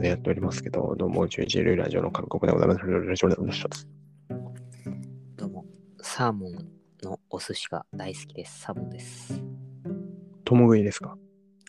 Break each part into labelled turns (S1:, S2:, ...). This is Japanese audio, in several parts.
S1: でやっておりますけど、どうも宇宙人類ラジオの韓国でございます。ラジオでございます。
S2: どうも、サーモンのお寿司が大好きです。サーモンです。
S1: ともぐいですか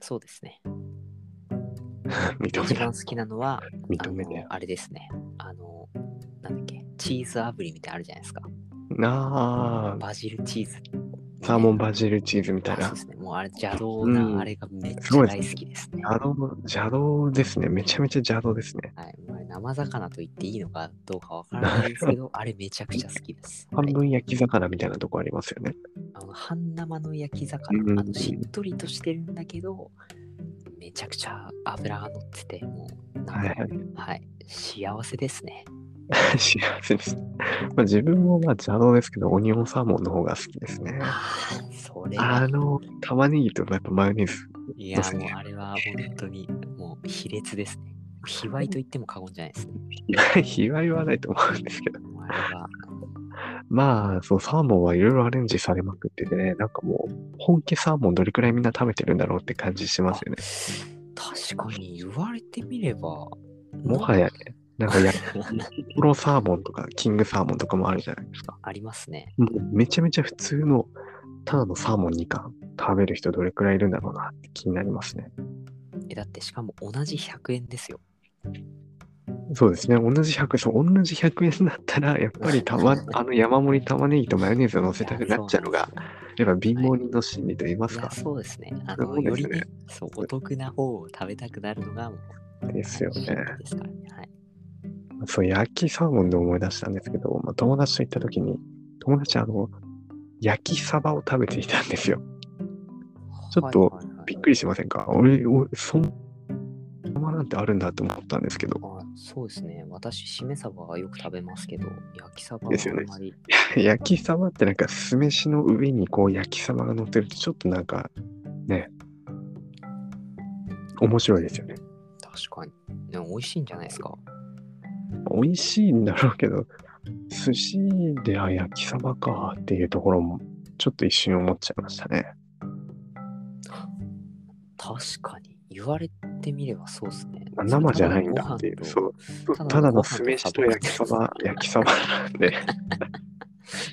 S2: そうですね。
S1: 認
S2: 一
S1: めない
S2: 番好。きなのは、あ
S1: 認めない
S2: の。あれですね。あの、なんだっけ、チーズ炙りみたいなのあるじゃないですか。
S1: なあ、
S2: バジルチーズ。
S1: サーモン
S2: み
S1: バジルチーズみ
S2: た
S1: た
S2: い
S1: い
S2: な。あ
S1: な
S2: そうで。すね。もうあれ邪道
S1: うん
S2: な、あれがめっ
S1: す
S2: ち
S1: ご
S2: ゃ
S1: い
S2: 大
S1: で
S2: 好きですね。
S1: 邪道、邪道ですね。めちゃめちゃ邪道ですね。
S2: はい、もうあれ生魚と言っていいのかどうかわからないです けど、あれめちゃくちゃ好きです。
S1: 半
S2: はい
S1: 分焼き魚みたいなとこありますよね。
S2: あの半生の焼き魚、
S1: うん
S2: あのしっとりとしてるんだけど、めちゃくちゃ脂が乗ってて、もう、なんか、
S1: はいはい。
S2: はい、幸せですね。
S1: 幸せです。まあ、自分もまあ邪道ですけど、オニオンサーモンの方が好きですね。
S2: ああ、 それは
S1: あの、玉ねぎとやっぱマヨネーズ。
S2: いや
S1: そう、で
S2: も
S1: す
S2: う
S1: ね
S2: あれは本当に、もう卑劣ですね。卑猥と言っても過言じゃないですね。
S1: 卑猥はないと思うんですけど。
S2: もうあれは、
S1: まあ、そう、サーモンはいろいろアレンジされまくっててね、なんかもう、本気サーモンどれくらいみんな食べてるんだろうって感じしますよね。
S2: 確かに言われてみれば、
S1: もはやね、なんかや、プロサーモンとか、キングサーモンとかもあるじゃないですか。
S2: ありますね。
S1: もうめちゃめちゃ普通の、ただのサーモン2貫食べる人どれくらいいるんだろうなって気になりますね。
S2: え、だってしかも同じ100円ですよ。
S1: そうですね、同じ100円、そう同じ100円だったら、やっぱりたま、あの山盛り玉ねぎとマヨネーズを乗せたくなっちゃうのが、やっぱ貧乏人の心理と言いま
S2: い
S1: す
S2: や、
S1: か。
S2: そうですね。あ
S1: そう
S2: の、
S1: ですね
S2: よりね、そう、お得な方を食べたくなるのが、もう、
S1: ですよね。
S2: ですからね。はい。
S1: そう、焼きサーモンで思い出したんですけど、まあ、友達と行った時に、友達あの、焼きサバを食べていたんですよ。 ちょっと
S2: はいはいはい
S1: びっくりしませんか俺、俺、そんサバなんてあるんだって思ったんですけど、
S2: あそうですね。私、しめ鯖はよく食べますけど、焼き鯖は
S1: ですよね
S2: あんまり、
S1: 焼きサバってなんか酢飯の上にこう焼きサバが乗ってるとちょっとなんか、ね、面白いですよね。
S2: 確かに。でも美味しいんじゃないですか。
S1: 美味しいんだろうけど、寿司では焼きサバかっていうところも、ちょっと一瞬思っちゃいましたね。
S2: 確かに。言われてみればそうですね。
S1: まあ生じゃないんだっていう。そう。ただの酢飯と焼きそば、焼きそばなんで。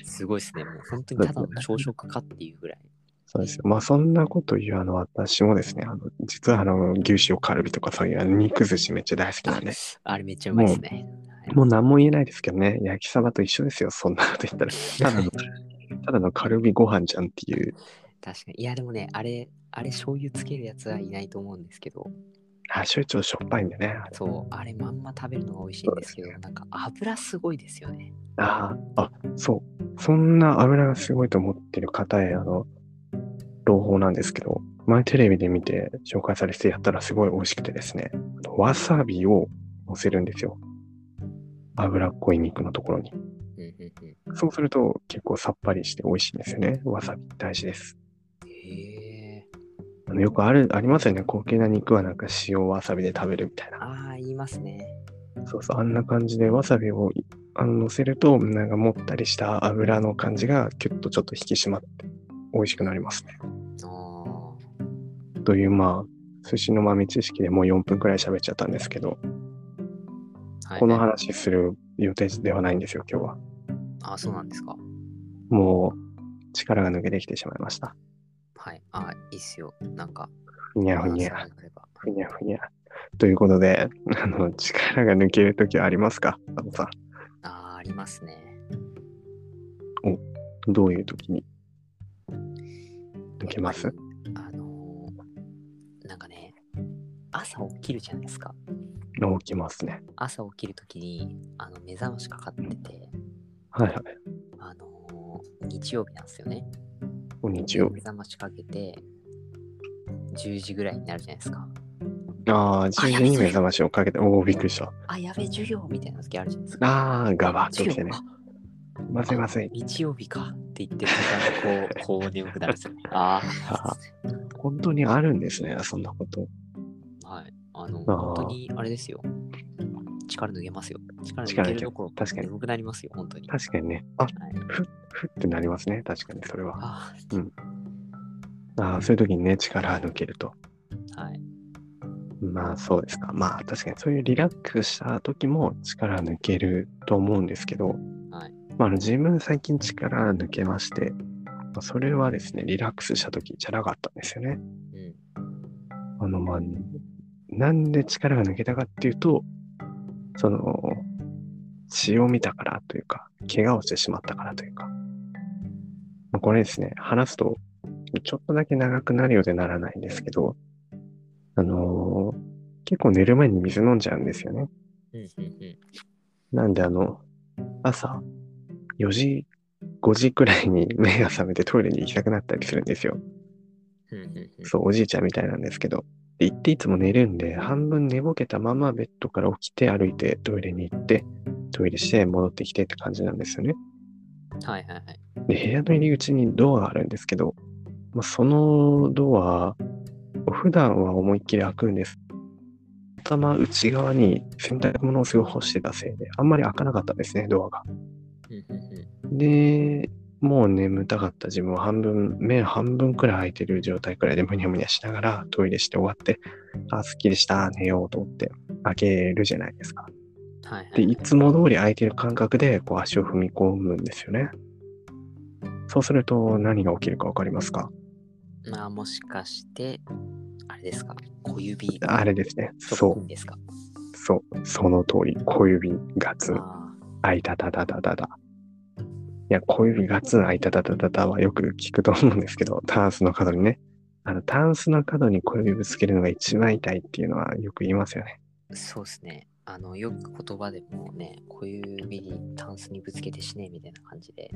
S2: き。すごいですね。もう本当にただの朝食かっていうぐらい。
S1: そうですよ。まあそんなこと言うあの私もですね、あの実はあの牛塩カルビとかそういうあの肉寿司めっちゃ大好きなんで、
S2: あれめっちゃうまいですね。はい
S1: もう何も言えないですけどね、焼きそばと一緒ですよ、そんなこと言ったら。た だの、ただのカルビご飯じゃんっていう。
S2: 確かに。いや、でもね、あれ、あれ醤油つけるやつはいないと思うんですけど、
S1: あ、しょいちょしょっぱいんでね。
S2: そう、あれまんま食べるのが美味しいんですけど、なんか油すごいですよね。
S1: あーあ、そう。そんな油がすごいと思ってる方へ、あの、朗報なんですけど、前テレビで見て紹介されてやったらすごい美味しくてですね、あのわさびを乗せるんですよ。油っこい肉のところに。
S2: うんうんうん。
S1: そうすると結構さっぱりして美味しいんですよね。わさび大事です。
S2: へえ。
S1: あのよくある、ありますよね。高級な肉はなんか塩わさびで食べるみたいな。
S2: ああ、言いますね。
S1: そうそう、あんな感じでわさびをあの乗せると、なんかもったりした油の感じがキュッとちょっと引き締まって美味しくなりますね。
S2: ああ。
S1: という、まあ、寿司の豆知識でもう4分くらい喋っちゃったんですけど、
S2: はい
S1: この話する予定ではないんですよ、今日は。
S2: あそうなんですか。
S1: もう、力が抜けてきてしまいました。
S2: はい。あいいっすよ。なんか、
S1: ふにゃふ
S2: 話
S1: に
S2: す
S1: ゃ、
S2: のがあれば
S1: ふにゃふにゃ。ということで、あの、力が抜けるときはありますか佐藤さ
S2: あー、ありますね。
S1: ん。どういうときに抜けま
S2: や
S1: す
S2: っぱりあのーなんかね、朝起きるじゃないですか。
S1: 起きますね。
S2: 朝起きるときに、あの、目覚ましかかってて、
S1: はいはい。
S2: あのー日曜日なんですよね。
S1: お日曜日
S2: 目。覚ましかけて、10時ぐらいになるじゃないですか。
S1: ああ、10時に目覚ましをかけて、おお、びっくりした。
S2: あ、やべえ、授業みたいな時あるじゃないですか。
S1: ああ、ガバッと
S2: 授
S1: 来て
S2: 業
S1: ね
S2: あ。
S1: まずいまずい。
S2: 日曜日かって言って、途端 にこう、こう眠くなるんですよね。あ
S1: あ本当にあるんですね、そんなこと。
S2: あ、はい。あの、
S1: あー
S2: 本当に、あれですよ。力抜けますよ。力抜けるどころ
S1: 確かに。
S2: 眠くなりますよ、本当に。
S1: 確かにね。あ、
S2: はい
S1: ふっ、ふってなりますね。確かに、それは。
S2: あ
S1: ああ、そういう時にね、力が抜けると。
S2: あ、はい。
S1: まあそうですか。まあ確かにそういうリラックスした時も力抜けると思うんですけど、
S2: はい
S1: まあ、あの自分最近力抜けまして、まあそれはですね、リラックスした時じゃなかったんですよね。
S2: うん。
S1: あのまあ、なんで力が抜けたかっていうと、その血を見たからというか、怪我をしてしまったからというか、まあ、これですね、話すとちょっとだけ長くなるようでならないんですけど、あのー結構寝る前に水飲んじゃうんですよね。
S2: うんうんうん。
S1: なんであの、朝4時、5時くらいに目が覚めてトイレに行きたくなったりするんですよ。
S2: うんうんうん
S1: そう、おじいちゃんみたいなんですけど。で、行っていつも寝るんで、半分寝ぼけたままベッドから起きて歩いてトイレに行って、トイレして戻ってきてって感じなんですよね。
S2: はいはいはい。
S1: で、部屋の入り口にドアがあるんですけど、まあ、そのドア、普段は思いっきり開くんです。頭内側に洗濯物をすごい干してたせいで、あんまり開かなかったんですね、ドアが。
S2: うんうんうん
S1: で、もう眠たかった自分は半分、目半分くらい開いてる状態くらいでむにゃむにゃしながらトイレして終わって、あ、すっきりした、寝ようと思って開けるじゃないですか。
S2: はいはいは
S1: で、
S2: い。
S1: いつも通り空いてる感覚でこう足を踏み込むんですよね。そうすると何が起きるかわかりますか
S2: まあもしかして、あれですか小指
S1: あれですね。
S2: そ
S1: そう
S2: ですか
S1: う、そう、その通り。小指ガツン、
S2: あー
S1: あいたたたたたた。いや、小指ガツン、あいたたたたたはよく聞くと思うんですけど、 タンスの角にね。あの、タンスの角に小指ぶつけるのが一番痛いっていうのはよく言いますよね。
S2: そうですね。あの、よく言葉でもね、小指にタンスにぶつけて死ねみたいな感じで。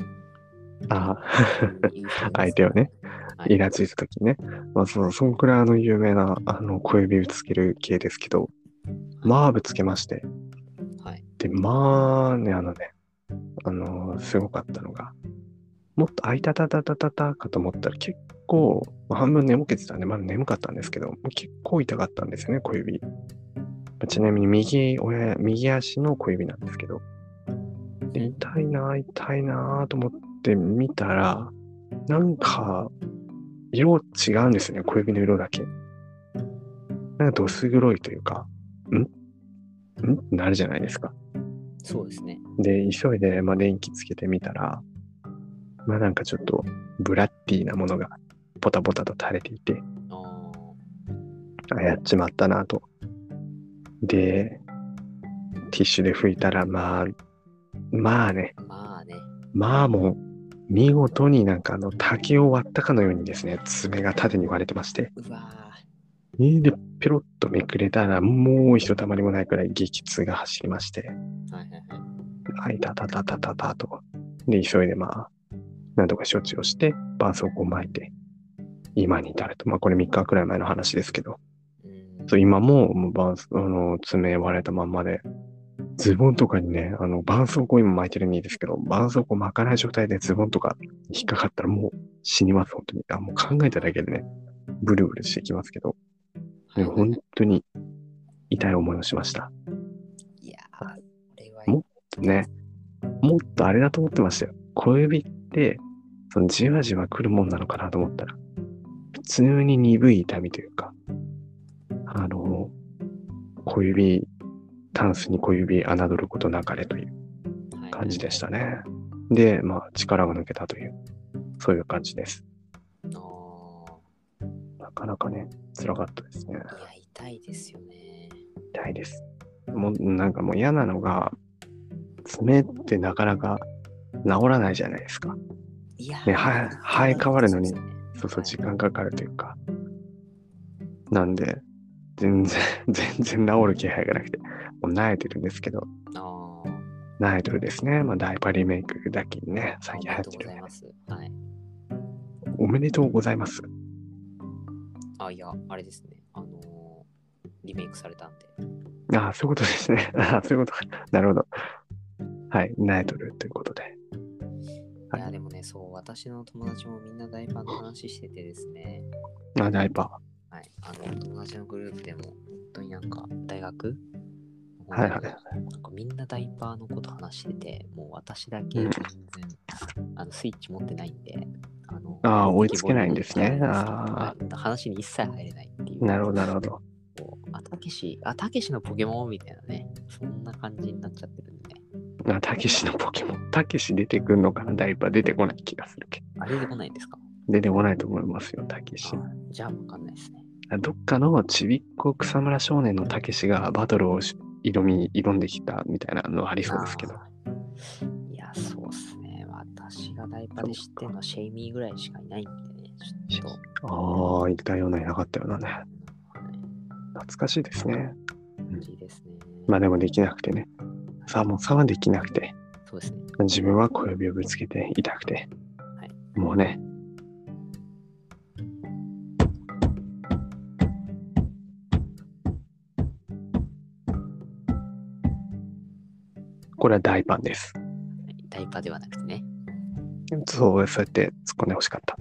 S1: あ
S2: 言う人います
S1: 相手をね。
S2: は い
S1: イラついた時にね。まあ、その、そんくらいあの有名な、あの、小指ぶつける系ですけど、まあぶつけまして。
S2: はい。
S1: で、まあね、あのね、あのーすごかったのが、もっとあいたたたたたたかと思ったら結構、まあ半分寝ぼけてたんで、まだ眠かったんですけど、結構痛かったんですよね、小指。まあちなみに右親、右足の小指なんですけど、で痛いな、痛いなと思って見たら、なんか、色違うんですよね、小指の色だけ。なんかどす黒いというか、んんってなるじゃないですか。
S2: そうですね。
S1: で、急いで、まあ、電気つけてみたら、まあなんかちょっとブラッディーなものがポタポタと垂れていて、
S2: あー
S1: あ、やっちまったなと。で、ティッシュで拭いたら、まあ、まあね、
S2: まあね。
S1: まあもう、見事になんかあの竹を割ったかのようにですね、爪が縦に割れてまして、
S2: うわ
S1: で、ペロッとめくれたら、もうひとたまりもないくらい激痛が走りまして、
S2: ーはいはいは
S1: あ
S2: い。
S1: いたたたたたたと。で、急いでまあ、なんとか処置をして、絆創膏を巻いて、今に至ると。まあ、これ3日くらい前の話ですけど、
S2: うん
S1: そう今ももう絆創あの爪割れたまんまで、ズボンとかにね、あの、絆創膏今巻いてるんですけど、絆創膏巻かない状態でズボンとか引っかかったらもう死にます、本当に。あ、もう考えただけでね、ブルブルしてきますけど、
S2: はい
S1: ね
S2: はいはい
S1: 本当に痛い思いをしました。
S2: いやー、これは
S1: もね、もっとあれだと思ってましたよ。小指って、そのじわじわ来るもんなのかなと思ったら、普通に鈍い痛みというか、あの、小指、タンスに小指侮ることなかれという感じでし。たね。で、まあ、力が抜けたという、そういう感じです。
S2: はいはい
S1: なかなかね、辛かったですね。
S2: あーいや、痛いですよね。
S1: 痛いです。もう、なんかもう嫌なのが、爪ってなかなか治らないじゃないですか。
S2: いやー、
S1: ねは生え変わるのに
S2: そうですね
S1: そうそう、
S2: はい
S1: 時間かかるというか。なんで、全然、 全然治る気配がなくて、もう慣れてるんですけど、
S2: あー
S1: 慣れてるですね。まあ、ダイパリメイクだけにね、最
S2: あ
S1: 近流行
S2: りが
S1: っ
S2: とう
S1: てる
S2: ござ
S1: ん
S2: い
S1: で、
S2: ます。はい。
S1: おめでとうございます。
S2: あ、いや、あれですね。あのーリメイクされたんで。
S1: ああ、そういうことですね。 ああ、そういうことか。なるほど。はい、慣れてるということで。はい
S2: いや、でもね、そう、私の友達もみんなダイパーの話しててですね。
S1: あダイパ
S2: はい。あの、友達のグループでも、本当になんか、大学
S1: ー。はいはい。
S2: なんかみんなダイパーのこと話してて、もう私だけ
S1: うん
S2: 全然、あのスイッチ持ってないんで、あの
S1: ああ追いつけないんですね
S2: 追いつけないん
S1: あ
S2: ですけど話に一切入れないっていう。
S1: なるほど、なるほど。
S2: こうあ、たけし、あ、たけしのポケモンみたいなね。そんな感じになっちゃってるんでね。
S1: あ、たけしのポケモン。たけし出てくんのかなダイバー出てこない気がするけど。
S2: あれでこないんですか
S1: 出てこないと思いますよ、たけし。
S2: あじゃあわかんないですね。
S1: あどっかのちびっこ草むら少年のたけしがバトルをし挑み挑んできたみたいなのありそうですけど
S2: あ。ー。いや、そうっすね。私がダイパで知ってるのはシェイミーぐらいしかいないんでね。ちょっと。
S1: ああ、いたようないなかったようなね。
S2: はい
S1: 懐かしいですね。
S2: 感じですね。
S1: まあでもできなくてね。サーモンさんはできなくて、
S2: そうですね。
S1: 自分は小指をぶつけて痛くて
S2: は、
S1: もうね。これは大パンです。
S2: はいダイパではなくてね。
S1: そう、そうやって突っ込んでほしかった。